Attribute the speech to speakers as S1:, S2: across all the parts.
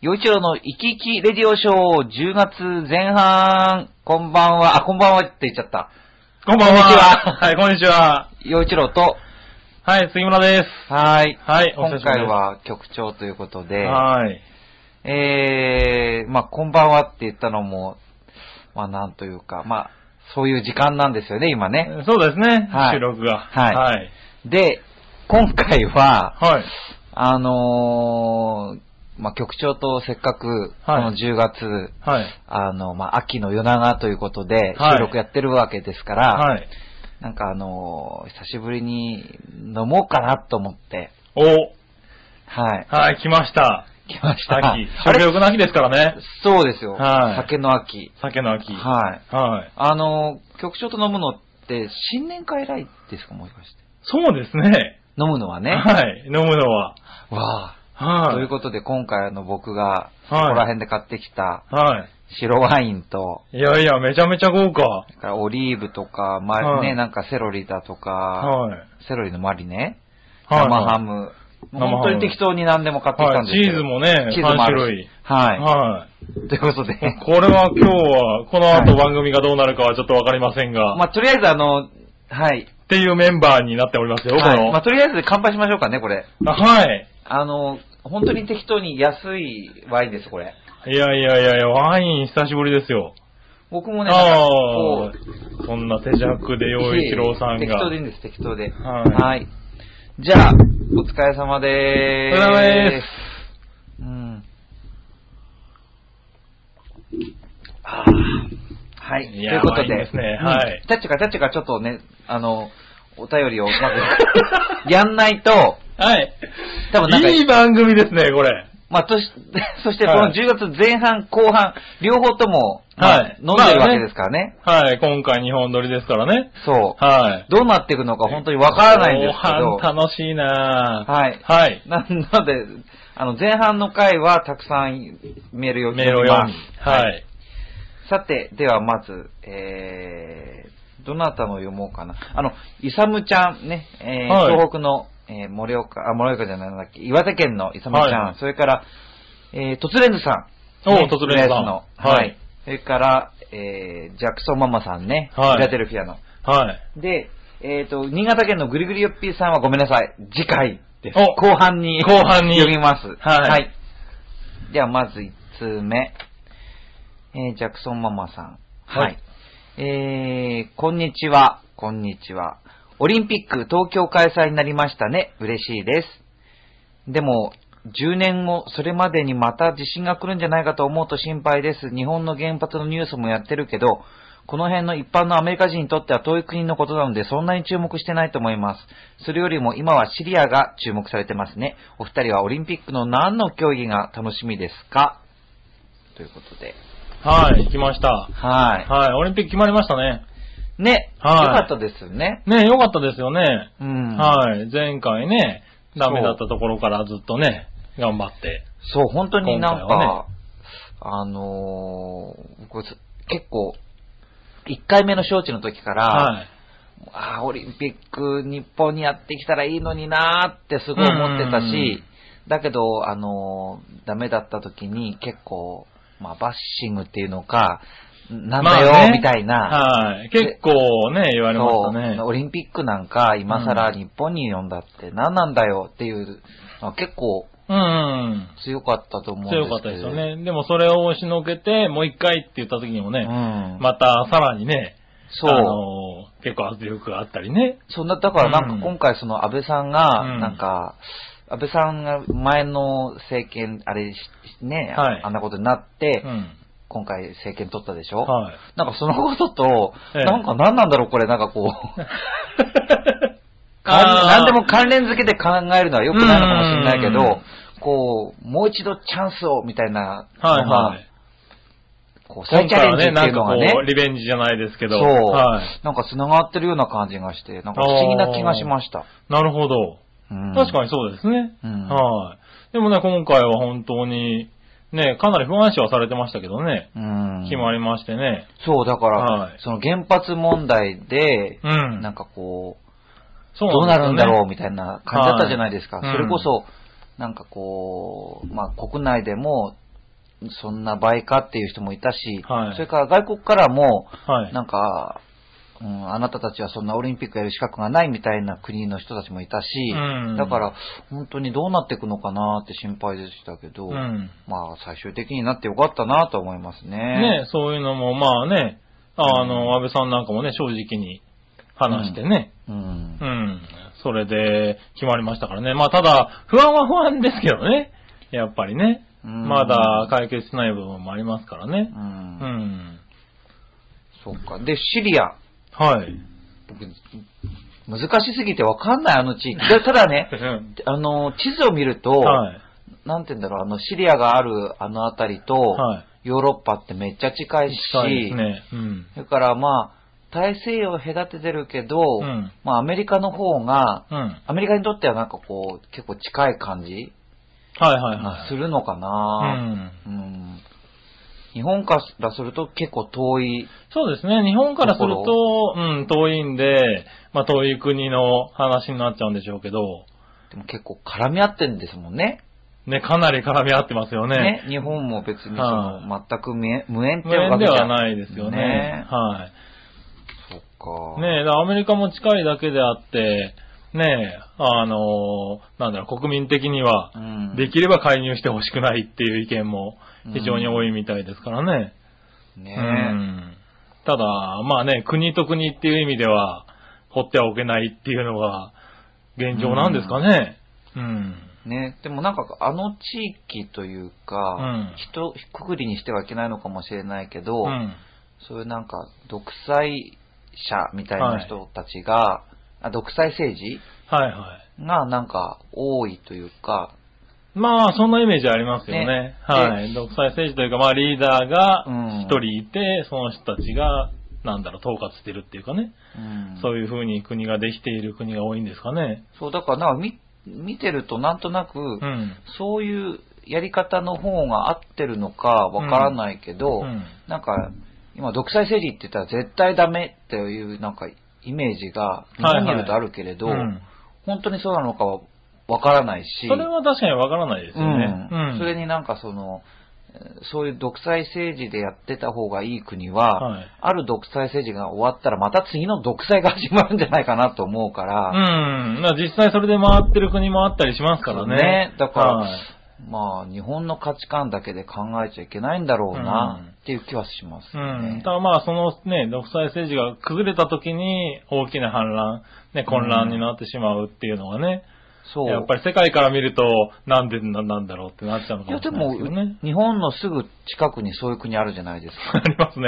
S1: 洋一郎の生き生きレディオショー、10月前半、こんばんは、あ、こんばんはって言っちゃった。
S2: こんばんは。
S1: こんにちは
S2: はい、こんにちは。
S1: 洋一郎と、
S2: はい、杉村です。
S1: はーい。
S2: はい、お久
S1: 今
S2: しぶり
S1: 回
S2: です。
S1: は局長ということで、
S2: はい。
S1: えー、まあ、こんばんはって言ったのも、まあ、なんというか、まあ、そういう時間なんですよね、今ね。
S2: そうですね、
S1: はい
S2: 収録が。
S1: はい
S2: はい。
S1: で、今回は、
S2: はい。
S1: あのーまあ、局長とせっかく、こ
S2: は
S1: の
S2: い
S1: 10月、
S2: はい。
S1: あの、まあ、秋の夜長ということで、
S2: はい
S1: 収録やってるわけですから、
S2: はい。
S1: なんかあのー久しぶりに飲もうかなと思って、
S2: お、
S1: はい、
S2: はい、来ました。
S1: 来ました。
S2: 秋。
S1: あ
S2: 食
S1: れ
S2: 欲の秋ですからね。
S1: そうですよ。
S2: はい
S1: 酒の秋。
S2: 酒の
S1: は
S2: 秋。
S1: い。
S2: はい。
S1: あのー局長と飲むのって、新年会以来ですか、もしかして。
S2: そうですね。
S1: 飲むのはね。
S2: はい、飲むのは。
S1: わあ。
S2: はい。
S1: ということで、今回あの僕が、ここ
S2: はい
S1: ら辺で買ってきた
S2: は
S1: 白ワインと、
S2: い。いやいや、めちゃめちゃ豪華。
S1: だからオリーブとか、ま
S2: はい
S1: ね、なんかセロリだとか、
S2: はい。
S1: セロリのマリネ、
S2: はい。
S1: 生ハム、
S2: 生ハム
S1: 本当に適当に何でも買ってきたんです
S2: はい
S1: よ
S2: チーズもね
S1: チーズもあるしはい。
S2: は い。
S1: ということで、
S2: これは今日は、この
S1: は
S2: 後
S1: い
S2: 番組がどうなるかはちょっとわかりませんが、
S1: まあ、とりあえずあの、はい。
S2: っていうメンバーになっておりますよ、こ
S1: はい
S2: の。
S1: まあ、とりあえず乾杯しましょうかね、これ。
S2: あはい。
S1: あの、本当に適当に安いワインです、これ。
S2: いやいやいやいや、ワイン久しぶりですよ。
S1: 僕もね、なんか
S2: あ
S1: こ
S2: あ
S1: う、
S2: そんな手弱で洋一郎さんが。
S1: 適当でいいんです、適当で。
S2: はい
S1: い。じゃあ、お疲れ様でーす。
S2: お疲れ様です
S1: うん。あーはい。と
S2: い
S1: い
S2: や
S1: うことで。
S2: いいですねはい
S1: うん。たっちかたっちかちょっとね、あの、お便りをま ず、やんないと、
S2: はい。
S1: 多分なんか
S2: いい番組ですね、これ。
S1: まあ、とし、 そしてこ
S2: は
S1: の
S2: い
S1: 10月前半、後半、両方とも、まあ
S2: はい
S1: 飲んでる
S2: まあ
S1: わ
S2: ね
S1: けですからね。
S2: はい、今回日本撮りですからね。
S1: そ
S2: は
S1: う。どうなっていくのか本当にわからない
S2: い。
S1: んですけど。
S2: 後半楽しいなぁ
S1: はい
S2: はい。
S1: なので、あの、前半の回はたくさんメールを
S2: メールを読み。はい。
S1: さて、ではまず、えー、どなたの読もうかな。あの、イサムちゃんね、えー
S2: はい
S1: 東北の、えー、盛岡、あ、盛岡じゃないなんだっけ、岩手県のイサムちゃん、
S2: はい
S1: それから、えー、突然図さん。
S2: おう
S1: ね
S2: 突然図さ
S1: 浦
S2: ん
S1: 安のはい。
S2: はい
S1: それから、えー、ジャクソンママさんね、
S2: はい
S1: フィラデルフィアの。
S2: はい。
S1: で、えっ、と、新潟県のぐりぐりよっぴーさんはごめんなさい。次回です。
S2: お
S1: 後半に。
S2: 後半に
S1: 読みます。
S2: はい
S1: では、まず1通目。えー、ジャクソンママさん。は
S2: はいい。
S1: えー、こんにちは。こんにちは。オリンピック東京開催になりましたね。嬉しいです。でも、10年後、それまでにまた地震が来るんじゃないかと思うと心配です。日本の原発のニュースもやってるけど、この辺の一般のアメリカ人にとっては遠い国のことなので、そんなに注目してないと思います。それよりも今はシリアが注目されてますね。お二人はオリンピックの何の競技が楽しみですかということで。
S2: はい、来ました。
S1: は
S2: はい、オリンピック決まりましたね。
S1: い。ね、良
S2: は
S1: よ
S2: い
S1: かったですよね。
S2: ね、良かったですよね。
S1: うん。
S2: はい。前回ね、ダメだったところからずっとね、頑張って。
S1: そう、本当になん
S2: 今回
S1: か、
S2: は
S1: あのー僕す結構、1回目の招致の時から、
S2: はい。
S1: あーオリンピック日本にやってきたらいいのになーってすごい思ってた
S2: うんうん
S1: し
S2: う、
S1: だけど、あのーダメだった時に結構、まあ、バッシングっていうのか、なんだよ、
S2: まあね
S1: みたいな、
S2: はい。結構ね、言われましたね。
S1: そうオリンピックなんか今更日本に呼んだって何なんだよっていうのは結構
S2: うん。
S1: 強かったと思うんですけど。
S2: 強かったですよね。でもそれを押しのけて、もう一回って言った時にも
S1: う
S2: ね、
S1: ん。
S2: またさらにね、
S1: そう。
S2: あのー結構圧力があったりね。
S1: そんな、だからなん
S2: うん
S1: か今回その安倍さんが
S2: う、ん
S1: なんか、安倍さんが前の政権、あれし、ね、
S2: はい
S1: あんなことになって
S2: う、ん。
S1: 今回政権取ったでしょ、
S2: はい。
S1: なんかそのことと、
S2: ええ
S1: なんか何なんだろうこ れ、なんかこう、
S2: あー
S1: 何でも関連付けて考えるのは良くないのかもしれないけ
S2: う
S1: ど
S2: ん、
S1: こう、もう一度チャンスを、みたいなのが、
S2: はいはい。
S1: こう、再
S2: 今
S1: チャ
S2: 回
S1: レン
S2: は
S1: ジ
S2: ね、
S1: って
S2: ないん
S1: う
S2: か
S1: の
S2: こ
S1: がね、
S2: う、リベンジじゃないですけど。
S1: そう、
S2: はい。
S1: なんか繋がってるような感じがして、なんか不思議な気がしました。
S2: なるほど。
S1: うん
S2: 確かにそうですね。
S1: うん
S2: はい。でもね、今回は本当に、ね、かなり不安視はされてましたけどね。
S1: うん
S2: 決まりましてね。
S1: そう、だから、
S2: はい
S1: その原発問題で、
S2: うん。
S1: なんかこう、
S2: そ
S1: どうなるんだろ
S2: う
S1: うみたいな感じだったじゃないですか。
S2: はい
S1: それこそ、なんかこう、まあ国内でも、そんな倍かっていう人もいたし、
S2: はい
S1: それから外国からも、
S2: はい。
S1: なんか、うん、あなたたちはそんなオリンピックやる資格がないみたいな国の人たちもいたし、
S2: うん
S1: だから本当にどうなっていくのかなって心配でしたけど、
S2: うん。
S1: まあ最終的になってよかったなと思いますね。
S2: ね、そういうのも、まあね、あの、安倍さんなんかもね、正直に話してね、
S1: うん
S2: う。ん、それで決まりましたからね。まあ、ただ、不安は不安ですけどね、やっぱりね、
S1: うん
S2: まだ解決しない部分もありますからね
S1: う。。
S2: うんん。
S1: そっか。で、シリア。
S2: はい。
S1: 僕、難しすぎてわかんない、あの地域。でただね、 あの、地図を見ると、
S2: はい。
S1: なんて言うんだろう、あの、シリアがあるあの辺りと、
S2: はい
S1: ヨーロッパってめっちゃ近いし、
S2: 近いですね。うん。
S1: だからまあ、大西洋を隔ててるけど、
S2: うん
S1: まあアメリカの方が、
S2: うん。はい
S1: アメリカにとってはなんかこう、結構近い感じ
S2: はいは
S1: が
S2: い。
S1: するのか
S2: う
S1: な、
S2: ん。
S1: うん日本からすると結構遠い。
S2: そうですね。日本からする
S1: と
S2: と、うん、遠いんで、まあ、遠い国の話になっちゃうんでしょうけど、
S1: でも結構絡み合ってるんですもんね。
S2: ね、かなり絡み合ってますよね。
S1: ね。日本も別にその、
S2: は
S1: 全く無縁無縁って
S2: 無
S1: わけ
S2: 縁で
S1: じゃ
S2: はないですよね。
S1: ね
S2: は
S1: そっ
S2: い。
S1: か。
S2: ねえ、だからアメリカも近いだけであって、ねえ、あのなんだろう、国民的には
S1: う、ん。
S2: できれば介入してほしくないっていう意見も非常に多いみたいですからね。
S1: ね
S2: う、ん。ただ、まあね、国と国っていう意味では、放ってはおけないっていうのが現状なんですかね。うん。
S1: ね、でもなんかあの地域という
S2: うん
S1: か、人、ひくくりにしてはいけないのかもしれないけど、
S2: うん。
S1: そういうなんか独裁者みたいな人たちが、あ独裁政治
S2: はいはい。
S1: がなんか多いというか、
S2: まあ、そんなイメージありますよね。
S1: ね
S2: はい。独裁政治というか、まあ、リーダーが
S1: うん
S2: 一人いて、その人たちが、なんだろう、統括してるっていうかね。
S1: うん
S2: そういう風に国ができている国が多いんですかね。
S1: そうだからなんか見見てるとなんとなく、
S2: うん。
S1: そういうやり方の方が合ってるのかわからないけど、
S2: うん
S1: なんか今独裁政治って言ったら絶対ダメっていうなんかイメージが日本にいるとあるけれど、
S2: うん
S1: 本当にそうなのかはわからないし、
S2: それは確かにわからないですよね。
S1: う
S2: うんん。
S1: それになんかその、えーそういう独裁政治でやってた方がいい国は、
S2: はい
S1: ある独裁政治が終わったらまた次の独裁が始まるんじゃないかなと思うから、
S2: うん。まあ実際それで回ってる国もあったりしますからね。
S1: ねだから
S2: はい
S1: まあ日本の価値観だけで考えちゃいけないんだろう
S2: うん
S1: なっていう気はします
S2: う
S1: よ
S2: ん。
S1: ね。
S2: ただまあそのね、独裁政治が崩れた時に大きな反乱、ね、混乱になってしまうっていうのがね、
S1: そう。
S2: やっぱり世界から見ると、なんでななんだろうってなっちゃうの
S1: い
S2: か
S1: や
S2: もし
S1: で
S2: れないで
S1: も
S2: すけど
S1: 日
S2: ね。、
S1: 本のすぐ近くにそういう国あるじゃないですか。
S2: ありますね。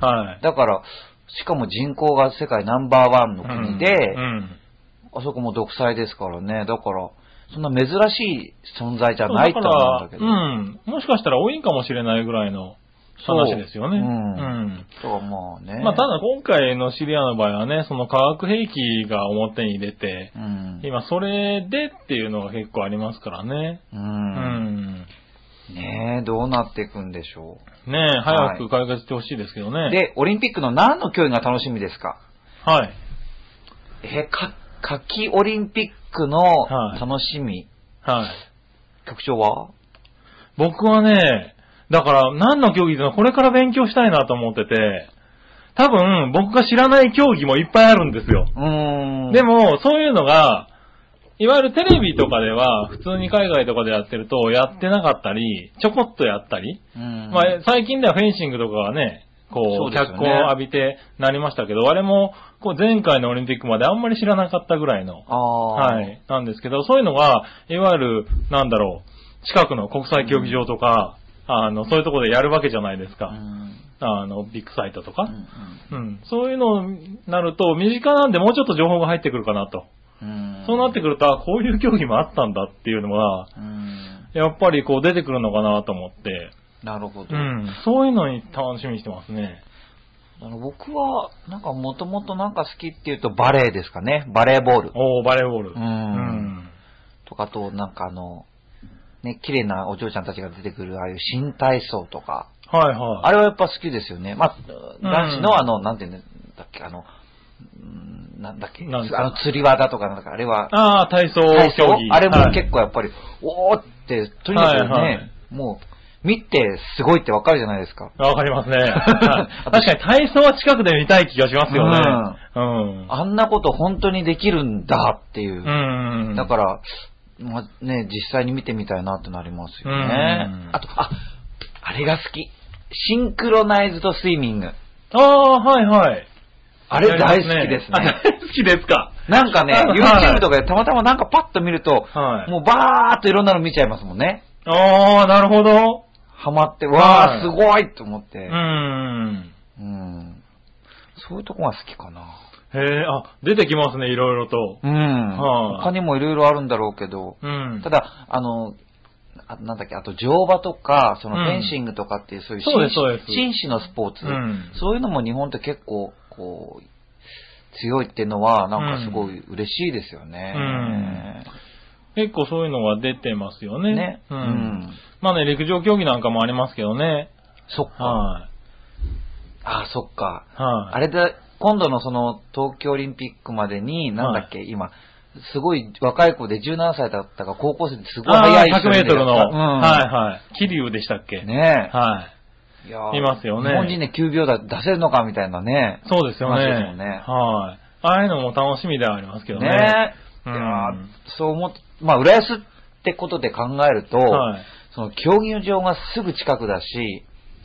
S2: はい。
S1: だから、しかも人口が世界ナンバーワンの国で、
S2: うんうん
S1: あそこも独裁ですからね。だから、そんな珍しい存在じゃないと
S2: だ
S1: 思
S2: か
S1: うんだ
S2: ら
S1: け
S2: う
S1: ど。
S2: ん。もしかしたら多いんかもしれないぐらいの
S1: そう
S2: 話ですよね。
S1: うん
S2: うん
S1: だからまあね。
S2: まあ、ただ今回のシリアの場合はね、その化学兵器が表に出て、
S1: うん。
S2: 今それでっていうのが結構ありますからね。
S1: う。
S2: うんん。
S1: ねえ、どうなっていくんでしょ
S2: ねえ、早く解決してほしいですけど
S1: う。
S2: ね。
S1: で、オリンピックの何の競技が楽しみですか
S2: はい。
S1: え、か、夏季オリンピックの
S2: はい
S1: 楽しみ。
S2: はい。
S1: 局長は
S2: 僕はね、だから何の競技っていうのはこれから勉強したいなと思ってて、多分僕が知らない競技もいっぱいあるんですよ。
S1: うーん。
S2: でも、そういうのが、いわゆるテレビとかでは、普通に海外とかでやってると、やってなかったり、ちょこっとやったり、
S1: うん、
S2: まあ、最近ではフェンシングとかがね、
S1: そ
S2: こ
S1: う
S2: う、
S1: ですよ
S2: 脚
S1: ね
S2: 光を浴びてなりましたけど、あれも、こう、前回のオリンピックまであんまり知らなかったぐらいの、
S1: ああ。
S2: は。い、なんですけど、そういうのが、いわゆる、なんだろう、近くの国際競技場とか、あの、そういうところでやるわけじゃないです
S1: う
S2: か。
S1: ん。
S2: あの、ビッグサイトと
S1: う
S2: か。
S1: ん
S2: うん、そういうのになると、身近なんでもうちょっと情報が入ってくるかなと。
S1: うん。
S2: そうなってくると、あこういう競技もあったんだっていうのは、
S1: うん。
S2: やっぱりこう出てくるのかなと思って、
S1: なるほど。
S2: うん、そういうのに楽しみにしてますね。
S1: あの僕は、なんかもともとなんか好きっていうとバレーですかね。バレーボール。
S2: おー、バレーボール。
S1: うんとかあと、なんかあの、ね、綺麗なお嬢ちゃんたちが出てくる、ああいう新体操とか。
S2: はいは
S1: あれはやっぱ好きですよね。まあ、
S2: うん
S1: 男子のあの、なんていうんだっけ、あの、うんなんだっけ、
S2: なんです
S1: あ
S2: か。、
S1: の、釣り輪だとか、なんかあれはい
S2: ああ、体操
S1: 体操
S2: 競技。
S1: あれも
S2: はい
S1: 結構やっぱり、おーって、とにかくね、
S2: はいはい
S1: もう、見てすごいってわかるじゃないですか。
S2: わか りますね。 はい確かに体操は近くで見たい気がしますよね。うん。
S1: あんなこと本当にできるんだっていう。
S2: うん。
S1: だから、まあね、実際に見てみたいなってなりますよね
S2: うん。
S1: あと、あ、あれが好き。シンクロナイズドスイミング。
S2: ああ、はいはい。
S1: あれ大好きです
S2: あ
S1: ね。
S2: 大好きですか。
S1: なんかね、
S2: はい
S1: YouTube とかでたまたまなんかパッと見ると、
S2: はい
S1: もうバーっといろんなの見ちゃいますもんね。
S2: ああ、なるほど。
S1: ハマって、わ
S2: はい
S1: ー、すごいと思っ
S2: う
S1: て、
S2: ん。
S1: うん。そういうとこが好きかな。
S2: へえ、あ、出てきますね、いろいろと。
S1: うん。
S2: はい
S1: 他にもいろいろあるんだろうけど、
S2: うん。
S1: ただ、あの、あなんだっけ、あと乗馬とか、その
S2: うん
S1: フェンシングとかっていう、そういう
S2: そうですそうです
S1: 紳士のスポーツ、
S2: うん
S1: そういうのも日本って結構、こう、強いっていうのは、なんかすごい嬉しいですよね。
S2: 結構そういうのが出てますよね。
S1: ね、
S2: う。
S1: うんん。
S2: まあね、陸上競技なんかもありますけどね。
S1: そっか。
S2: は
S1: ああ、そっか。
S2: い。はい。
S1: あれだ、今度のその東京オリンピックまでに、なんだっけ、今、すごい若い子で17歳だったか、高校生ですごい
S2: あ
S1: 速
S2: あ
S1: い
S2: 100メートルの、
S1: うん、
S2: はいはい。桐生でしたっけ
S1: ねえ
S2: はい。
S1: いやー
S2: いますよね
S1: 日本人で9秒台出せるのかみたいなね。
S2: そうですよね。
S1: 話ですもんね
S2: はい。ああいうのも楽しみではありますけどね。
S1: ねえ。
S2: うん
S1: いやーそう思っまあ、浦安ってことで考えると、
S2: はい。
S1: その競技場がすぐ近くだし、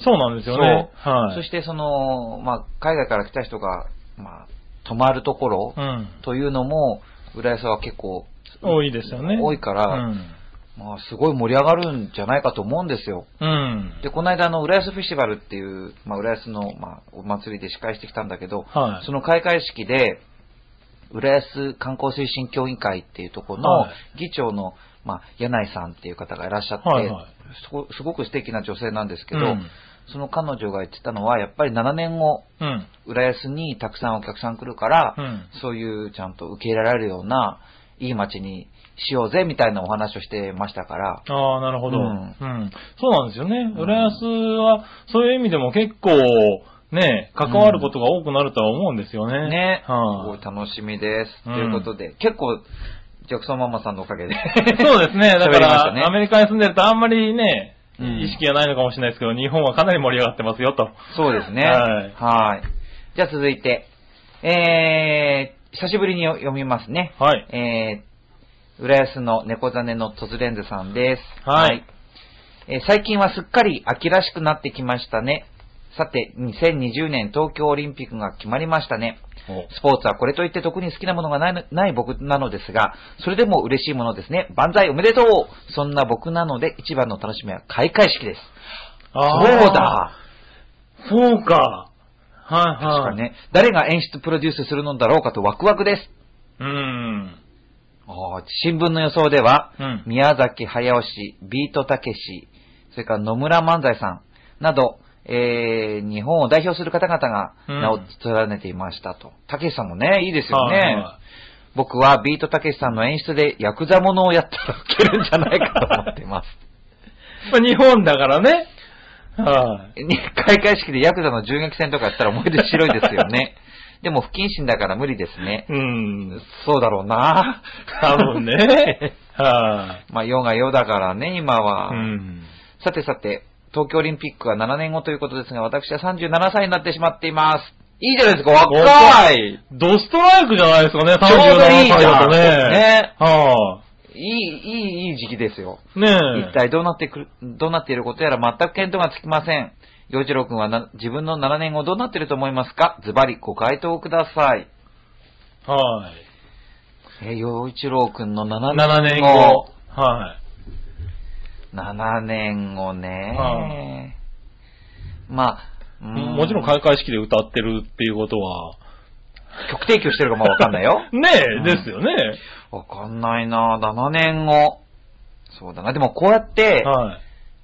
S2: そうなんですよね。
S1: そう
S2: はい。
S1: そしてその、まあ、海外から来た人が、まあ、泊まるところ
S2: うん。
S1: というのも、浦安は結構、
S2: 多いですよね。
S1: 多いから
S2: うん。
S1: まあ、すごい盛り上がるんじゃないかと思うんですよ。
S2: うん。
S1: で、この間、あの、浦安フェスティバルっていう、まあ、浦安の、まあ、お祭りで司会してきたんだけど、
S2: はい
S1: その開会式で、浦安観光推進協議会っていうところの
S2: はい
S1: 議長の、まあ、柳井さんっていう方がいらっしゃって、
S2: はいはい
S1: すごすごく素敵な女性なんですけど、
S2: うん
S1: その彼女が言ってたのは、やっぱり7年後、
S2: うん。
S1: 浦安にたくさんお客さん来るから、
S2: うん
S1: そういうちゃんと受け入れられるような、いい街にしようぜみたいなお話をしてましたから、
S2: ああ、なるほど、
S1: う
S2: うんん。そうなんですよね。浦安は、そういう意味でも結構、ね、関わることが多くなるとは思うんですよね。
S1: ね、すご
S2: はい
S1: い楽しみです。
S2: うん
S1: ということで、結構、ジャクソンママさんのおかげで。
S2: そうですね。だか
S1: 喋りました
S2: ら、
S1: ね
S2: アメリカに住んでるとあんまりね、
S1: うん
S2: 意識がないのかもしれないですけど、日本はかなり盛り上がってますよ、と。
S1: そうですね。
S2: はい
S1: はい。じゃあ続いて、えー、久しぶりに読みますね。
S2: はい。
S1: えー、浦安の猫ザネのトズレンズさんです。
S2: はい
S1: えー最近はすっかり秋らしくなってきましたね。さて、2020年東京オリンピックが決まりましたね。スポーツはこれといって特に好きなものがないのない僕なのですが、それでも嬉しいものですね。万歳おめでとうそんな僕なので一番の楽しみは開会式です。
S2: あー
S1: そうだ
S2: そうか。はい
S1: 確
S2: は
S1: か
S2: い。
S1: に。ね。誰が演出プロデュースするのだろうかとワクワクです。
S2: うん。
S1: あー新聞の予想では、
S2: うん
S1: 宮崎駿氏、ビートたけし、それから野村萬斎さんなど、えー日本を代表する方々が
S2: うん
S1: 名を連ねていましたと。たけしさんもね、いいですよね。
S2: はいは
S1: 僕はビートたけしさんの演出でヤクザものをやったらウケるんじゃないかと思って ます。
S2: まあ日本だからね。はい。
S1: 開会式でヤクザの銃撃戦とかやったら思い出白いですよね。でも不謹慎だから無理ですね。
S2: うん。
S1: そうだろうな。
S2: 多分ね。はい。
S1: まあ、世が世だからね、今は。
S2: うん。
S1: さてさて、東京オリンピックは7年後ということですが、私は37歳になってしまっています。いいじゃないですか、若い
S2: ドストライクじゃないですかね、37
S1: ちょうどいい
S2: 歳
S1: じゃん
S2: だとね。
S1: ね
S2: はい
S1: い、いい、いい時期ですよ。
S2: い。ねえ。
S1: 一体どうなってくる、どうなっていることやら全く見当がつきません。洋一郎君はな自分の7年後どうなっていると思いますかズバリご回答ください。
S2: はい。
S1: えー、洋一郎君の7
S2: 7
S1: 年
S2: 年
S1: 後
S2: 後。。は
S1: 7年後ね。まあ、う
S2: い。もちろん開会式で歌ってるっていうことは。
S1: 曲提供してるかもわかんないよ。 う
S2: ね
S1: ん
S2: え、ですよね。
S1: わかんないな7年後。そうだな。でもこうやって、
S2: はい。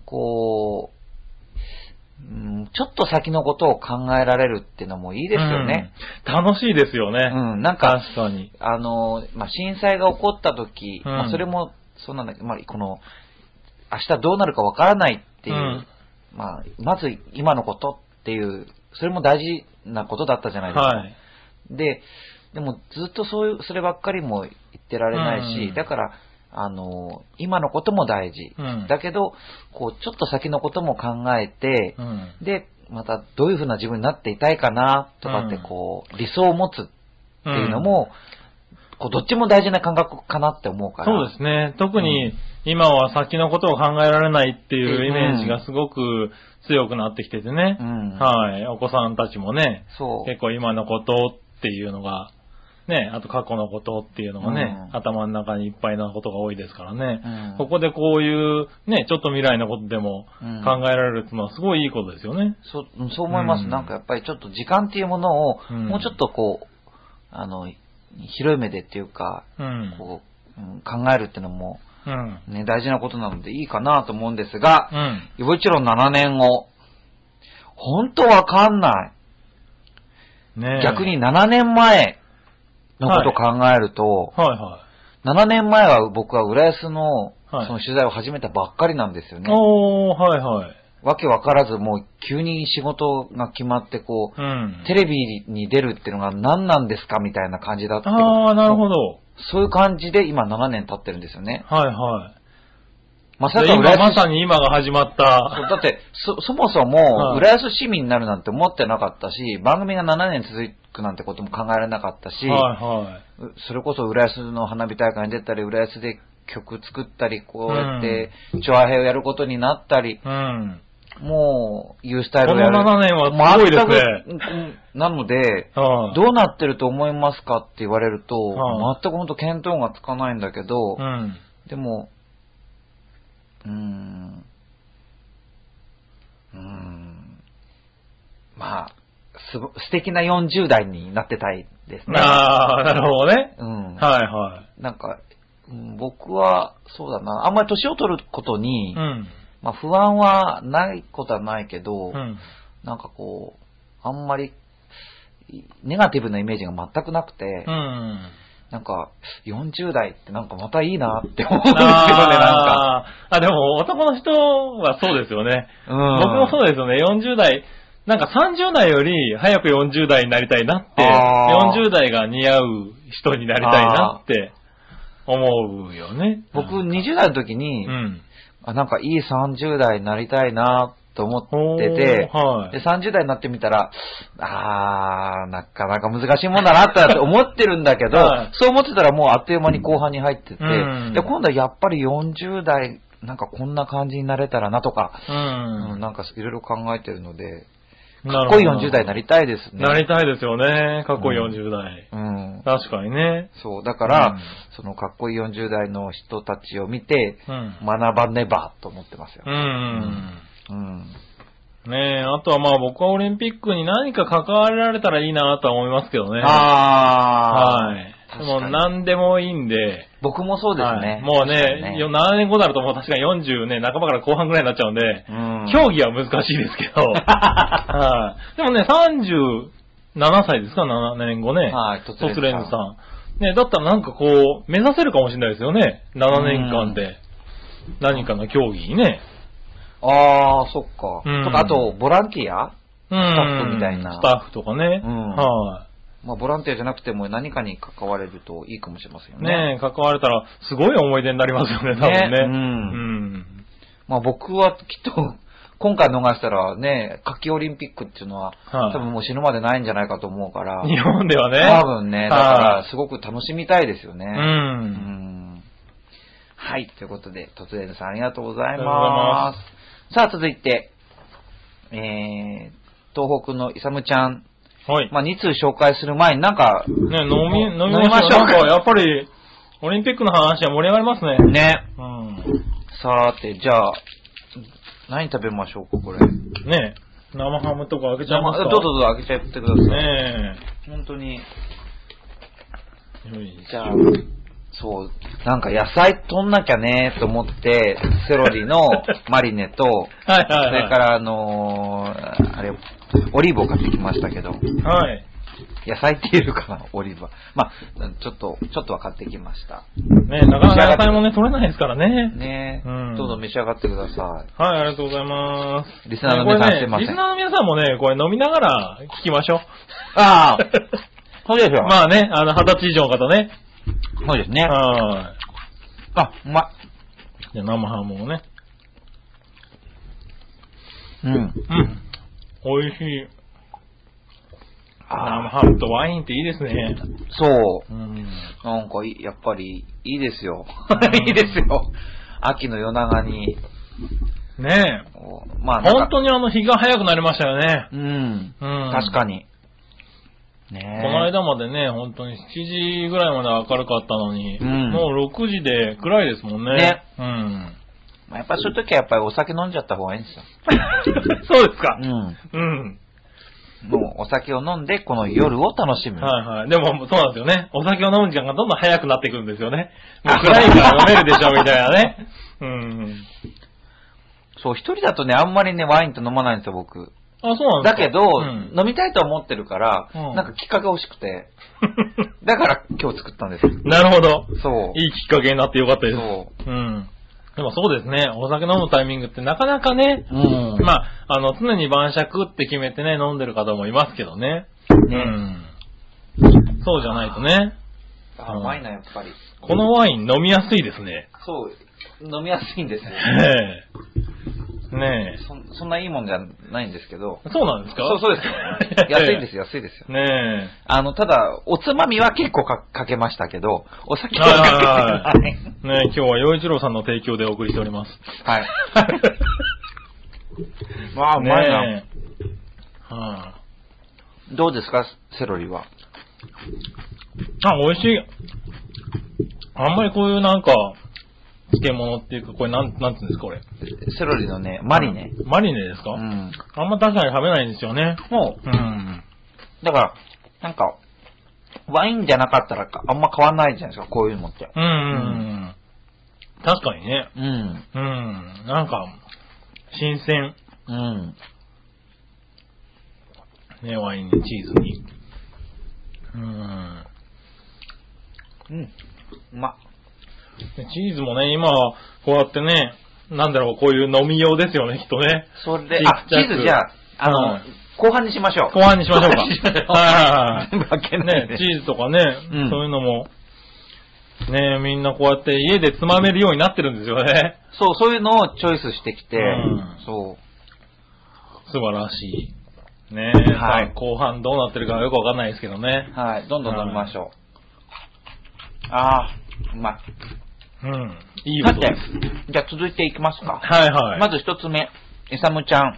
S1: こう、うん、ちょっと先のことを考えられるってのもいいですよね。
S2: うん。楽しいですよね。
S1: うんなんか
S2: 確かに。
S1: あの、まあ、震災が起こった時、
S2: うん
S1: まあ、それもそうなんだけど、まあ、この、明日どうなるかわからないっていう、
S2: うん
S1: まあ、まず今のことっていう、それも大事なことだったじゃないですか。
S2: はい。
S1: で、でもずっとそういう、そればっかりも言ってられないし、
S2: うん
S1: だから、あの、今のことも大事。
S2: うん
S1: だけど、こう、ちょっと先のことも考えて、
S2: うん。
S1: で、またどういうふうな自分になっていたいかな、とかって
S2: うん
S1: こう、理想を持つっていうのも、こう、どっちも大事な感覚かなって思うから。
S2: そうですね。特
S1: う
S2: に今は先のことを考えられないっていうイメージがすごく強くなってきててね
S1: う。ん。
S2: はい。お子さんたちもね、
S1: そう。
S2: 結構今のことっていうのが、ね、あと過去のことっていうのがね、
S1: うん
S2: 頭の中にいっぱいなことが多いですからね。
S1: うん
S2: ここでこういう、ね、ちょっと未来のことでも
S1: うん
S2: 考えられるっていうのはすごいいいことですよね。
S1: そう、うんそう思います。
S2: うん
S1: なんかやっぱりちょっと時間っていうものを、
S2: うん
S1: もうちょっとこう、あの、広い目でっていうか、
S2: うん。
S1: こう、うん考えるってのも、
S2: うん。
S1: ね、大事なことなのでいいかなと思うんですが
S2: う、ん。
S1: イボイチロ7年後、本当わかんない。
S2: ねえ
S1: 逆に。7年前のことを考えると、
S2: はいは
S1: 7年前は僕は浦安の、
S2: はい
S1: その取材を始めたばっかりなんですよ
S2: い。
S1: ね。
S2: おー、はいはい。
S1: わけわからず、もう急に仕事が決まって、こう、
S2: うん。
S1: テレビに出るっていうのが何なんですかみたいな感じだったけど
S2: ああ、なるほど。
S1: そういう感じで今7年経ってるんですよね。
S2: はいはい。
S1: まさ
S2: で
S1: か
S2: 今
S1: 浦
S2: ま
S1: 安市
S2: さに今が始まった。
S1: だって、そ、そもそも、
S2: はい
S1: 浦安市民になるなんて思ってなかったし、番組が7年続くなんてことも考えられなかったし、
S2: はいは
S1: うそれこそ浦安の花火大会に出たり、浦安で曲作ったり、こうやって、調和兵をやることになったり
S2: い。、うん。
S1: もう、ユースタイルをやる。
S2: この7年はすごいですね
S1: 全くうんなので、
S2: は
S1: どうなってると思いますかって言われると、
S2: はい
S1: 全く本当見当がつかないんだけど、
S2: うん。
S1: でも、うーん、うーん、まあ、すご、素敵な40代になってたいですね。
S2: ああ、なるほどね。
S1: うん。
S2: はいは
S1: なんか、うん僕は、そうだな、あんまり年を取ること
S2: い。
S1: に、
S2: うん。
S1: まあ不安はないことはないけど、
S2: うん。
S1: なんかこう、あんまり、いネガティブなイメージが全くなくて、
S2: うん。
S1: なんか、40代ってなんかまたいいなって思うんですよね、なんか。
S2: あーあ、でも男の人はそうですよね。
S1: うん、
S2: 僕もそうですよね。40代、なんか30代より早く40代になりたいなって、
S1: あー
S2: 40代が似合う人になりたいなって思うよね。
S1: 僕
S2: うん
S1: 20代の時に、
S2: うん。
S1: あなんかいい30代になりたいなと思
S2: お
S1: ってて
S2: ー、はい。
S1: で30代になってみたら、あー、なかなか難しいもんだなって思ってるんだけど、
S2: はい
S1: そう思ってたらもうあっという間に後半に入ってて、
S2: うん
S1: で今度はやっぱり40代、なんかこんな感じになれたらなとか、
S2: う
S1: うん
S2: ん。
S1: なんかいろいろ考えてるので、
S2: な
S1: か
S2: る
S1: っ
S2: ほ
S1: こ
S2: ど
S1: いい40代になりたいですね。
S2: なりたいですよね。過去
S1: うん
S2: 40代。
S1: うん、
S2: 確かにね。
S1: そう、だから、
S2: うん
S1: そのかっこいい40代の人たちを見て、
S2: うん。
S1: 学ばねばと思ってますよ
S2: う。ん。
S1: うん。
S2: ねえ、あとはまあ僕はオリンピックに何か関わられたらいいなとは思いますけどね。
S1: ああ。
S2: はい。
S1: 確か
S2: で
S1: に
S2: も何でもいいんで。
S1: 僕もそうです
S2: はい
S1: ね。
S2: もう
S1: 確か
S2: ね
S1: に
S2: よ7年後になるともう確かに40ね、半ばから後半ぐらいになっちゃうんで、
S1: うん。
S2: 競技は難しいですけ ど。はい。でもね、37歳ですか ?7 年後ね。
S1: はい突然さん
S2: 突然さん。ね、だったらなんかこう、目指せるかもしれないですよね。7年間で。何かの競技にね。
S1: ああ、そっか。
S2: うん
S1: とか、あと、ボランティア
S2: う
S1: ス
S2: ん
S1: タッフみたいな
S2: スタッフとかね。
S1: うん
S2: は
S1: まあ、ボランティアじゃなくても何かに関われるといいかもしれませんよ
S2: い。
S1: ね。
S2: ね関われたら、すごい思い出になりますよね、多分ね。
S1: ねう
S2: うん
S1: まあ、僕はきっと、今回逃したらね、夏季オリンピックっていうのは、
S2: はい
S1: 多分もう死ぬまでないんじゃないかと思うから、
S2: 日本ではね。
S1: 多分ね、だか
S2: は
S1: らすごく楽しみたいですよ
S2: い。う。
S1: ね。うんんはい、ということで、突然さんありがとうござい
S2: ありがとうござ
S1: ま。
S2: います
S1: さあ、続いて、えー、東北のイサムちゃん、
S2: はい。
S1: まあ、2通紹介する前になんか、
S2: ね、飲み、飲み
S1: 飲みま
S2: ま
S1: し
S2: し
S1: ょ
S2: ょ
S1: う
S2: う。
S1: か
S2: なんか、やっぱり、オリンピックの話は盛り上がりますね。
S1: ね、
S2: うん。
S1: さーて、じゃあ、何食べましょうか、これ。
S2: ね生ハムとか開けち
S1: じゃ
S2: ゃ
S1: あ、
S2: います
S1: ど
S2: か
S1: うぞどうぞ開けちゃってください。
S2: ね
S1: 本当に。
S2: え。よいし
S1: じ
S2: ょ
S1: ゃあ、そう、なんか野菜取んなきゃねーと思って、セロリのマリネと、
S2: はいはいはい
S1: それからあのーあれ、オリーブを買ってきましたけど、
S2: はい。
S1: 野菜っていうかな、 オリーブは。まあ、ちょっと、ちょっとは買ってきました。
S2: ねなかなか野菜もね、取れないですからね。
S1: ねえ、
S2: うん
S1: どうぞ召し上がってください。
S2: はい、ありがとうございます。
S1: リスナーの皆さん
S2: ねこれね
S1: すいません
S2: リスナーの皆さんもね、これ飲みながら聞きましょう。
S1: ああそうでしょ
S2: まあね、あの、二十歳以上の方ね。
S1: そうですね。
S2: は
S1: あ、うま
S2: じゃあ生ハムをね。
S1: い。うん。
S2: うん。美味しい。生
S1: あ
S2: ハムとワインっていいですね。
S1: そう。
S2: うん。。
S1: なんかいい、やっぱり、いいですよいいですよ。秋の夜長に。
S2: ねえ。
S1: こうまあ、
S2: 本当
S1: に。
S2: にあの日が早くなりましたよね。
S1: うん。
S2: うん。
S1: 確かに。ねえ。
S2: この間までね、本当に7時ぐらいまで明るかったのに、
S1: うん
S2: もう6時で暗いですもんね。
S1: ね
S2: うん。
S1: まあやっぱりそういう時はやっぱりお酒飲んじゃった方がいいんですよ。
S2: そうですか。
S1: うん。
S2: うん。
S1: もうお酒を飲んで、この夜を楽しむ。
S2: はいはい。でも、そうなんですよね。お酒を飲む時間がどんどん早くなってくるんですよ ね。もう暗いから飲めるでしょ、みたいなね。うん。
S1: そう、一人だとね、あんまりね、ワインって飲まないんですよ、僕。
S2: あ、そうなんです
S1: だ
S2: か
S1: けど、
S2: うん
S1: 飲みたいとは思ってるから、
S2: うん
S1: なんかきっかけ欲しくて。だから今日作ったんです。
S2: なるほど。
S1: そう。
S2: いいきっかけになってよかったです。。
S1: そう
S2: ん。でもそうですね、お酒飲むタイミングってなかなかね、
S1: うん
S2: まあ、あの、常に晩酌って決めてね、飲んでる方もいますけど
S1: ね
S2: ね。うん。そうじゃないとね、
S1: あ、うまいな、やっぱり。
S2: このワイン飲みやすいですね。
S1: そう、飲みやすいんですよ。
S2: へえね
S1: そんそんないいもんじゃないんですけど。
S2: え。そうなんですか
S1: そうそうです よ。安いんです
S2: よ。
S1: よ、安いですよ。
S2: ね
S1: あの、ただ、おつまみは結構かかけましたけど、お酒
S2: え。
S1: はかけてない。
S2: い。ねえ、今日は洋一郎さんの提供でお送りしております。
S1: はい。わあ、うまいな。
S2: ねえはい
S1: どうですか、セロリは。
S2: あ、美味しい。あんまりこういうなんか、漬物っていうか、これなん、なんつうんですか、これ。
S1: セロリのね、マリネ。。
S2: マリネですか、
S1: うん。
S2: あんま確かに食べないんですよね。
S1: も
S2: うん。
S1: う、だから、なんか、ワインじゃなかったらかあんま変わんないじゃないですか、こういうのって。
S2: うん、うんうん。確かにね。
S1: うん。
S2: うん。なんか、新鮮。
S1: うん。
S2: ね、ワインにチーズに。うん。
S1: うん。うまっ。
S2: でチーズもね、今、こうやってね、なんだろう、こういう飲み用ですよね、きっとね。
S1: それで
S2: ちっ、ちゃ
S1: あ、
S2: く
S1: チーズじゃあ、あの、
S2: うん
S1: 後半にしましょう。。
S2: 後半にしましょう かはいはいはい
S1: 全部 開けない
S2: ね
S1: で。、
S2: チーズとかね、
S1: うん
S2: そういうのも、ね、みんなこうやって家でつまめるようになってるんです よね。
S1: そう、そういうのをチョイスしてきて、
S2: うん
S1: そ
S2: 素晴らしい。
S1: は
S2: ね、
S1: い
S2: さあ後半どうなってるかよくわかんないですけどね
S1: う。。はい、どんどん飲みましょう。ああ、うま
S2: うん。い
S1: い。
S2: い
S1: さ
S2: こ
S1: て
S2: とです。、
S1: じゃあ続いていきますか。
S2: はいはい。
S1: まず一つ目、イサムちゃん、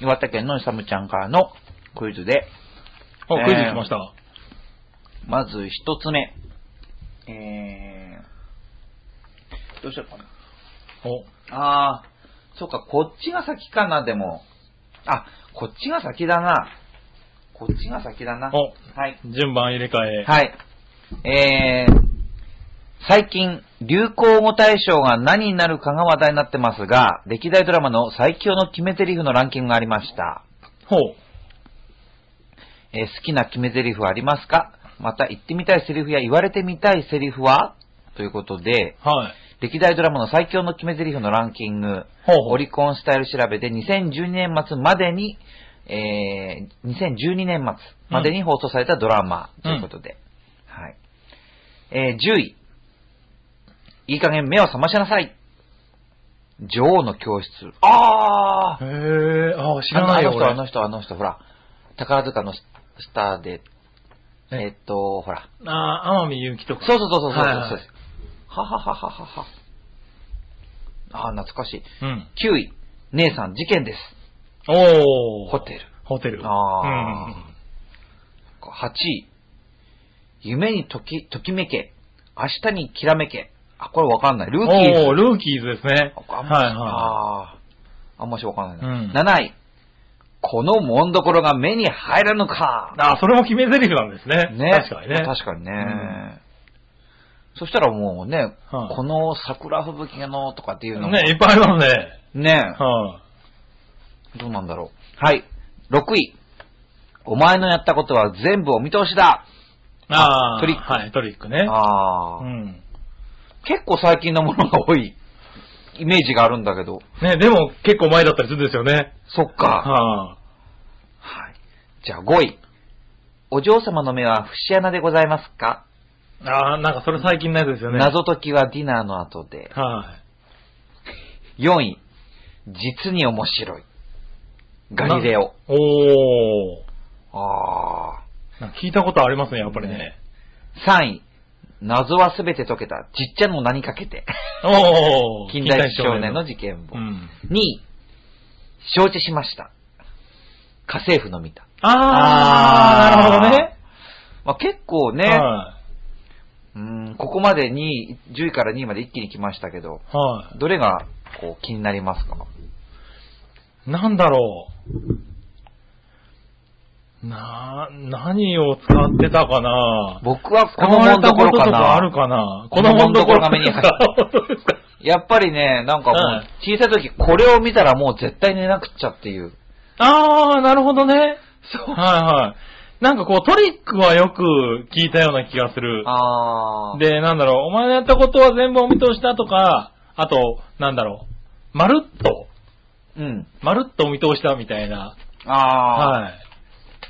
S1: 岩手県のイサムちゃんからのクイズで、
S2: お、
S1: えー
S2: クイズ来ました。
S1: まず一つ目、えー、どうしようかな。
S2: お、
S1: ああ、そっか、こっちが先かな、でも。あ、こっちが先だな。こっちが先だな。
S2: お
S1: はい。
S2: 順番入れ替え。
S1: はい。えー、最近、流行語大賞が何になるかが話題になってますが、歴代ドラマの最強の決め台詞のランキングがありました。
S2: ほう。
S1: えー好きな決め台詞はありますかまた言ってみたいセリフや言われてみたいセリフはということで、
S2: はい。
S1: 歴代ドラマの最強の決め台詞のランキング、
S2: ほうほう
S1: オリコンスタイル調べで2012年末までに、えー、2012年末までに放送されたドラマということで、はい。えー、10位、いい加減目を覚ましなさい。女王の教室。あ
S2: へ
S1: ー
S2: え、あ、知らないよ、
S1: あのあ
S2: 俺。
S1: の人、あの人、あの人、ほら、宝塚のススターで、えっと、ほら、
S2: あー、天海祐希とか。
S1: そうそうそうそうそう
S2: はいはい
S1: そうです。はははははは。ああ、懐かしい。
S2: うん。
S1: 9位、姉さん事件です。
S2: おー。
S1: ホテル。
S2: ホテル。
S1: あー
S2: うん。
S1: 8位、夢にとき、ときめけ。明日にきらめけ。あ、これわかんない。ルーキーズ。
S2: おー、ルーキーズですね。
S1: ああんまし、
S2: はいは
S1: あーあんましわかんないな、
S2: う
S1: 7位、このもんどころが目に入らぬか
S2: い。。あ、それも決め台詞なんですね。
S1: ね。
S2: 確かにね。
S1: 確かにね。
S2: うん
S1: そしたらもうね、
S2: はい
S1: この桜吹雪がのとかっていうのも
S2: ね、いっぱいありますね。
S1: ね
S2: は
S1: どうなんだろう。はい。6位。お前のやったことは全部お見通しだ
S2: い。ああ、
S1: トリック
S2: はい、トリックね。
S1: あ
S2: う
S1: ー、
S2: ん。
S1: 結構最近のものが多いイメージがあるんだけど。
S2: ね、でも結構前だったりするんですよね。
S1: そっか。
S2: はあ。
S1: はい。じゃあ5位。お嬢様の目は節穴でございますか
S2: ああ、なんかそれ最近のやつですよね。
S1: 謎解きはディナーの後で。
S2: は
S1: 4位、実に面白い。
S2: い。
S1: ガリレオ。
S2: な。おー。
S1: ああ。
S2: なんか聞いたことありますね、やっぱりね。
S1: 3位、謎はすべて解けた。ちっちゃの名にかけて。
S2: おー。
S1: 近代少年の事件簿。
S2: う
S1: 2
S2: ん。
S1: 位、承知しました。家政婦の見た。
S2: あー、なるほどね。
S1: まあ、結構ね、
S2: は
S1: うん、ここまで2位、10位から2位まで一気に来ましたけど、
S2: い。は
S1: どれがこう気になりますか
S2: い。なんだろう。な、何を使ってたかな
S1: 僕は子
S2: 使わ
S1: 供
S2: れ
S1: の
S2: た
S1: と
S2: こ
S1: ことろか
S2: とか
S1: な
S2: あるかな
S1: 子供のところが目に入る
S2: 本当ですか
S1: やっぱりね、なんかも
S2: は
S1: う小さい時これを見たらもう絶対寝なくっちゃっていう。
S2: あー、なるほどね。
S1: そう
S2: はいはい。なんかこうトリックはよく聞いたような気がする。
S1: あー。
S2: で、なんだろう、お前のやったことは全部お見通しだとか、あと、なんだろう、まるっと、
S1: うん。
S2: まるっとお見通しだみたいな。
S1: あー。
S2: はい。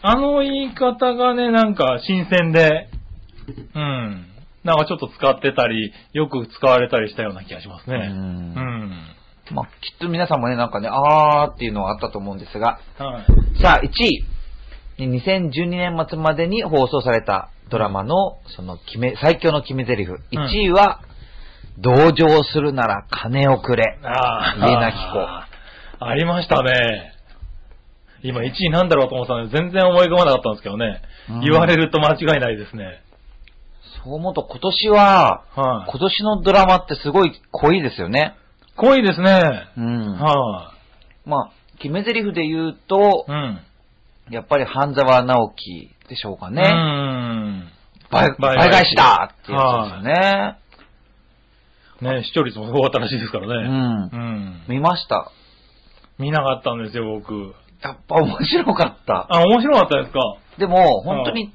S2: あの言い方がね、なんか新鮮で、うん。なんかちょっと使ってたり、よく使われたりしたような気がしますね。
S1: う
S2: うんん。
S1: まあ、きっと皆さんもね、なんかね、あーっていうのはあったと思うんですが、
S2: はい。
S1: さあ、1位。2012年末までに放送されたドラマの、その、決め、最強の決め台詞。1位は、同情するなら金をくれ。
S2: あ
S1: 家なき
S2: 子。ありましたね。今1位なんだろうと思ってたんで、全然思い浮かばなかったんですけどね。
S1: うん
S2: 言われると間違いないですね。
S1: そう思うと今年は、
S2: はい、
S1: 今年のドラマってすごい濃いですよね。
S2: 濃いですね。
S1: うん。
S2: は
S1: まあ、決め台詞で言うと
S2: い、、うん。
S1: やっぱり半沢直樹でしょうか
S2: う
S1: ね。
S2: ん。
S1: 倍倍返しだっていうやつですよね。
S2: ね、視聴率もすごかったらしいですから
S1: う
S2: ね。
S1: ん
S2: う。ん。
S1: 見ました。
S2: 見なかったんですよ、僕。
S1: やっぱ面白かった。
S2: あ、面白かったですか
S1: でも、本当に、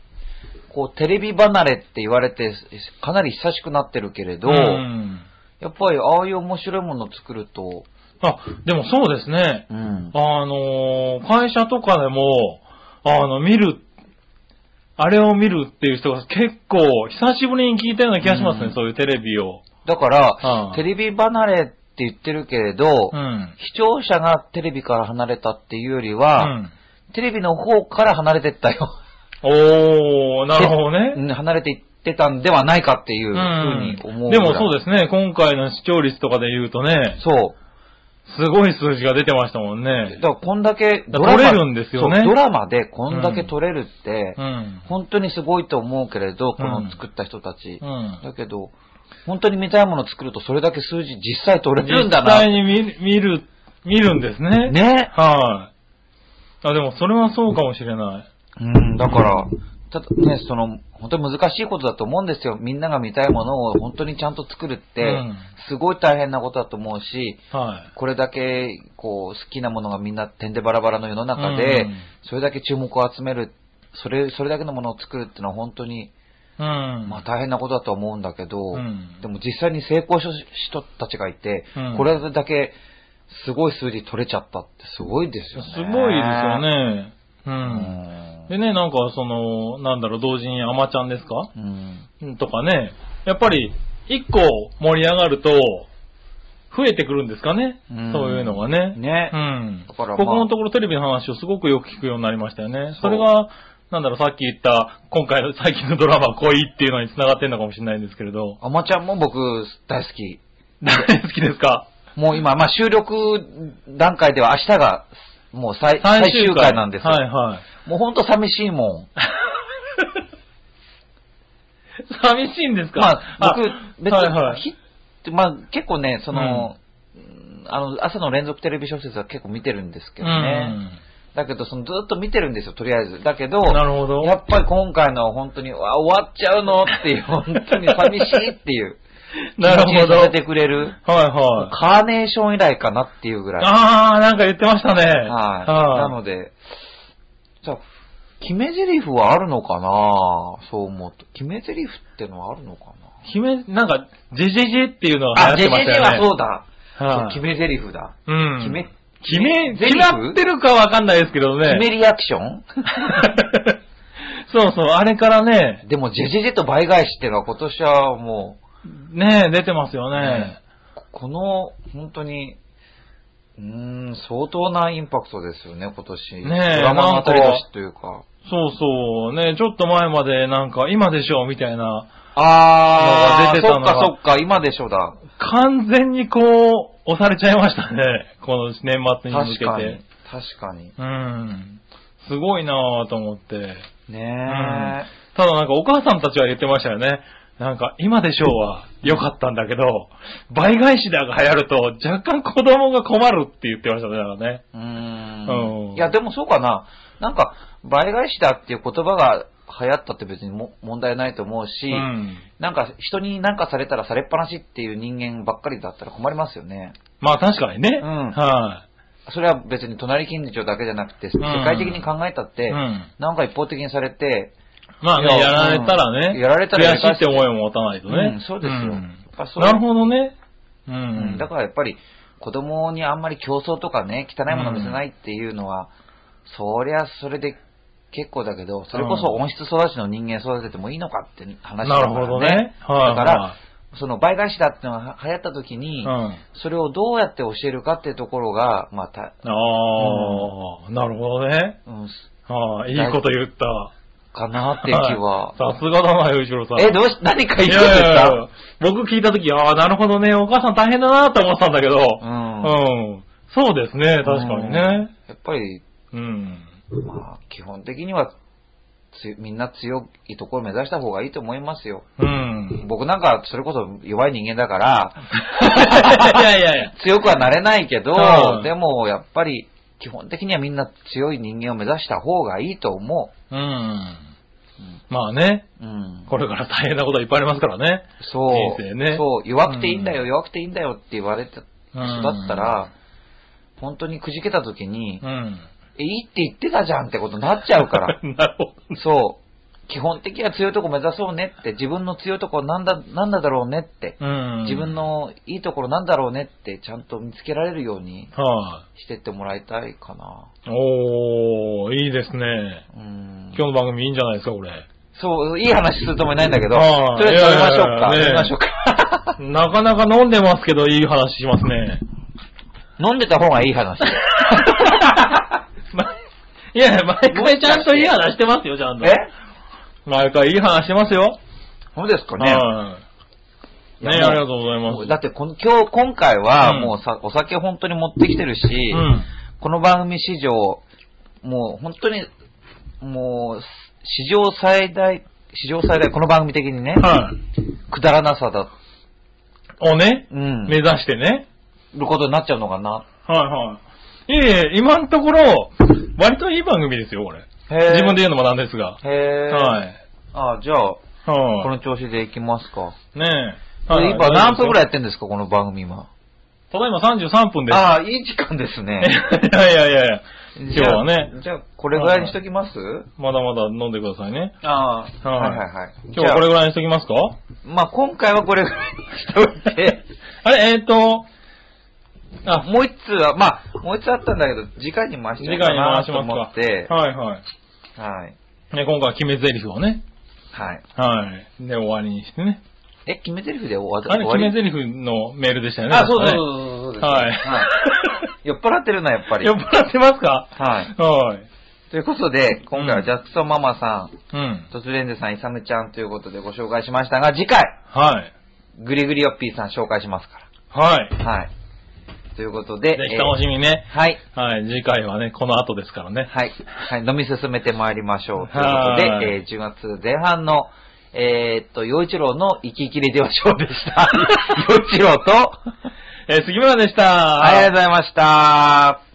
S1: こう、テレビ離れって言われて、かなり久しくなってるけれど、
S2: ん。
S1: やっぱりああいう面白いものを作ると、
S2: あ、でもそうですね。
S1: うん。
S2: あのー会社とかでも、あの、見る、あれを見るっていう人が結構、久しぶりに聞いたような気がしますね、
S1: うん
S2: そういうテレビを。
S1: だか
S2: う
S1: ら
S2: ん、
S1: テレビ離れって言ってるけれど、
S2: うん。
S1: 視聴者がテレビから離れたっていうより
S2: う
S1: は、
S2: ん。
S1: テレビの方から離れてったよ。
S2: おー、なるほど
S1: う
S2: ね。
S1: ん離れていってたんではないかっていううふうに思う。
S2: でもそう
S1: で
S2: ですね、今回の視聴率とかで言うとね、
S1: そう。
S2: すごい数字が出てましたもんね
S1: だ。からこんだけ
S2: だから取れるんですよね
S1: そうドラマでこんだけ取れるって、
S2: うん。
S1: 本当にすごいと思うけれど、こ
S2: う
S1: の
S2: ん
S1: 作った人たち。
S2: うん。
S1: だけど、本当に見たいものを作るとそれだけ数字実際取れるんだ
S2: 実
S1: な。
S2: 際に見る、見る、見るんですね。
S1: ね。
S2: はい。あ、でもそれはそうかもしれない。
S1: うん、だから、ただね、その、本当に難しいことだと思うんですよ。みんなが見たいものを本当にちゃんと作るって、
S2: うん
S1: すごい大変なことだと思うし、
S2: はい。
S1: これだけ、こう、好きなものがみんな点でバラバラの世の中で、
S2: うん
S1: それだけ注目を集める、それ、それだけのものを作るっていうのは本当に、
S2: うん。
S1: まあ大変なことだと思うんだけど、
S2: うん
S1: でも実際に成功した人たちがいて、
S2: うん
S1: これだけすごい数字取れちゃったってすごいです
S2: す
S1: よね。
S2: ごいですよ。ね。う。
S1: うんん。
S2: でね、なんかその、なんだろう、同時にアマちゃんですか
S1: うん。
S2: とかね、やっぱり、一個盛り上がると、増えてくるんですかね、
S1: うん
S2: そういうのがね。
S1: ね
S2: うん。
S1: だからまあ
S2: ここのところテレビの話をすごくよく聞くようになりましたよね。
S1: そう
S2: それが、なんだろう、さっき言った、今回の最近のドラマ、恋っていうのに繋がってるのかもしれないんですけれど。
S1: あまちゃんも僕大好き。
S2: 大好きですか
S1: もう今、まあ収録段階では明日がもう最最終回なんですよ。
S2: はいはい。
S1: もうほんと寂しいもん。
S2: 寂しいんですか
S1: まあ、僕、別に、
S2: はいはい
S1: ヒットまあ、結構ね、その、うんあの、朝の連続テレビ小説は結構見てるんですけどね。だけど、その、ずっと見てるんですよ、とりあえず。だけど、
S2: なるほど
S1: やっぱり今回のは本当に、わ、終わっちゃうのって いう、本当に寂しいっていう、
S2: うん。なる
S1: 気持ち
S2: ほ
S1: に
S2: ど。
S1: さ
S2: は
S1: せ
S2: い
S1: てくれる、
S2: はい。
S1: カーネーション以来かなっていうぐらい。
S2: あー、なんか言ってましたね。
S1: はい。な
S2: は。
S1: ので、じゃあ、決め台詞はあるのかなそう思うと。決め台詞ってのはあるのかない
S2: 姫、なんか、ジェジェジェっていうのが
S1: あ、
S2: 流
S1: ジェ
S2: 行
S1: ジェ
S2: って
S1: ジ
S2: まし
S1: ェ
S2: た
S1: は
S2: よ
S1: そ
S2: ね。
S1: うだ。そう決
S2: はい
S1: め台詞だ。
S2: うん。
S1: 決め、
S2: 決め、
S1: ゼリ
S2: 決
S1: フ
S2: まってるかわかんないですけどね。
S1: 決めリアクション
S2: そうそう、あれからね、
S1: でも、ジェジェジェと倍返しっていうのは今年はも
S2: ねえ、出てますよ
S1: う、
S2: ね。
S1: ここの、本当に、うーん、相当なインパクトですよね、今年。
S2: ねえ
S1: ドラマの当たり
S2: なんか
S1: 年というか。
S2: そうそう、ねちょっと前までなんか、今でしょ、みたいな、
S1: あ
S2: ー
S1: ー、そっかそっか、今でしょだ。
S2: 完全にこう、押されちゃいましたね。 この年末に向
S1: 確
S2: け
S1: かに
S2: て。。
S1: 確かに。
S2: うん。すごいなぁと思って。
S1: ね
S2: ただなんかお母さんたちは言ってましたよね。なんか、今でしょうは良かったんだけど、倍返しだが流行ると若干子供が困るって言ってましたね、だからね。
S1: え。うー。
S2: うんん
S1: いや、でもそうかな。なんか、倍返しだっていう言葉が流行ったって別にも問題ないと思うし、
S2: うん。
S1: なんか人になんかされたらされっぱなしっていう人間ばっかりだったら困りますよね。
S2: まあ確かにね。
S1: うん
S2: は
S1: それは別に隣近所だけじゃなくて、世界的に考えたっ
S2: い。
S1: て、
S2: うん。
S1: なんか一方的にされて、
S2: まあね、
S1: いや
S2: やられたらね、
S1: うんやられたらや
S2: 悔
S1: り
S2: しい
S1: 返
S2: っ
S1: して
S2: て思いを持たないとね。
S1: うんそうですよ
S2: ん
S1: やっぱそう
S2: なるほどね。
S1: う
S2: う
S1: ん
S2: ん。
S1: だからやっぱり子供にあんまり競争とかね、汚いもの見せないっていうのは、そりゃそれで結構だけど、それこそ温室育ちの人間育ててもいいのかって話だ
S2: な
S1: か
S2: るほど
S1: ら
S2: ね。
S1: ね。
S2: はい、
S1: だから、その倍返しだってのが流行った時に、
S2: はい、
S1: それをどうやって教えるかっていうところが、まあた、
S2: うん。ああ、なるほどね。
S1: うん、す
S2: ああ、いいこと言った。
S1: かなっていう気は。
S2: いさすがだな、ゆうしろさん。
S1: え、どうし、何か言
S2: い
S1: い
S2: や
S1: そうでし
S2: いやい
S1: た
S2: や僕聞いたとき、ああ、なるほどね、お母さん大変だなと思ってたんだけど、
S1: う。
S2: うんん、そうですね、確かにね。
S1: やっぱり、
S2: うん。
S1: まあ、基本的には、つみんな強いところを目指した方がいいと思いますよ。
S2: う ん。
S1: 僕なんか、それこそ弱い人間だから、
S2: いやいやいや。
S1: 強くはなれないけど
S2: う、ん
S1: でも、やっぱり、基本的にはみんな強い人間を目指した方がいいと思
S2: うん。まあね、
S1: う。うん。
S2: これから大変なこといっぱいありますからね。
S1: そう。
S2: 人生ね
S1: そう。弱くていいんだよ、
S2: うん
S1: 弱くていいんだよって言われて育ったら、本当にくじけた時に
S2: う、ん。。
S1: えいいって言ってたじゃんってことになっちゃうから
S2: なるほど。
S1: そう。基本的には強いとこ目指そうねって、自分の強いとこなんだ、なんだだろうねって、
S2: うん。
S1: 自分、のいいところなんだろうねって、ちゃんと見つけられるように
S2: は
S1: してってもらいたいかな。
S2: い、おー、いいですね。
S1: うん。
S2: 今日の番組いいんじゃないですか、これ。
S1: そう、いい話するともいないんだけど、と
S2: ああ
S1: りあえず
S2: い
S1: 飲
S2: やいやいや
S1: みましょうか。
S2: なかなか飲んでますけど、いい話します ね。
S1: 飲んでた方がいい 話。
S2: まいやいや、毎回ちゃんといい話してますよ、ちゃんと。
S1: え
S2: 毎回いい話してますよ。
S1: そうですかね。
S2: はい。
S1: い
S2: ね
S1: や
S2: あり
S1: もう
S2: がとうございま
S1: もう
S2: す。
S1: だってこん、今日、今回は、
S2: うん
S1: もうさ、お酒本当に持ってきてるし、
S2: うん。
S1: この番組史上、もう本当に、もう、史上最大、史上最大、この番組的にね、
S2: はい。
S1: くだらなさだ、
S2: をね、
S1: うん、
S2: 目指してね。
S1: ることになっちゃうのかな。
S2: はいはい。いえいえ、今のところ、割といい番組ですよ、これ。
S1: へ
S2: 自分で言うのもなんですが。
S1: へえ。。
S2: はいい。
S1: あじゃあ、こ
S2: は
S1: の調子でいきますか。
S2: い。ねえ。はい
S1: 今何分くらいや
S2: い
S1: ってんですか、この番組今。
S2: ただいま33分です。
S1: ああ、いい時間ですね。
S2: いやいやいやいや。今日はね
S1: じゃあ、じゃあこれぐらいにしときます
S2: まだまだ飲んでくださいね。
S1: ああ、
S2: は
S1: はいは
S2: い
S1: いはい。
S2: 今日はこれ
S1: じゃ
S2: ぐらいにしときますか
S1: あまあ今回はこれぐらいにしといて、
S2: あれ、えーっと、あ、
S1: もう一通は、まあ、もう一通あったんだけど、次回に回し
S2: 次
S1: て
S2: 回
S1: み
S2: に
S1: ようかな
S2: 回し
S1: と
S2: ますか。
S1: 思って、
S2: はいはい。
S1: はい。
S2: ね、今回は決め台詞をね。
S1: はい。
S2: はい。で、終わりにしてね。
S1: え、決め台詞で終わ
S2: あ
S1: 終
S2: れ、
S1: わ
S2: 決
S1: り
S2: め台詞のメールでしたよね。
S1: あ、そうそう
S2: 確かね
S1: そうそうそうです
S2: はい
S1: 酔っ払ってるな、やっぱり。
S2: 酔っ払ってますか
S1: はい。
S2: はい。
S1: ということで、今回はジャクソンママさん、
S2: うん。
S1: トツレンズさん、イサムちゃんということでご紹介しましたが、次回、
S2: はい。
S1: グリグリヨッピーさん紹介しますか
S2: はい。
S1: ら。はい。ということで、
S2: ぜひ楽しみ
S1: え
S2: ね。
S1: ーはい。
S2: はい。次回はね、この後ですからね。
S1: はい。はい。飲み進めてまいりましょう。ということ
S2: は
S1: で
S2: い、
S1: えー10月前半の、えーっと、洋一郎の生き生きレディオショーでした。洋一郎と、
S2: えー杉村でした。
S1: ありがとうございました。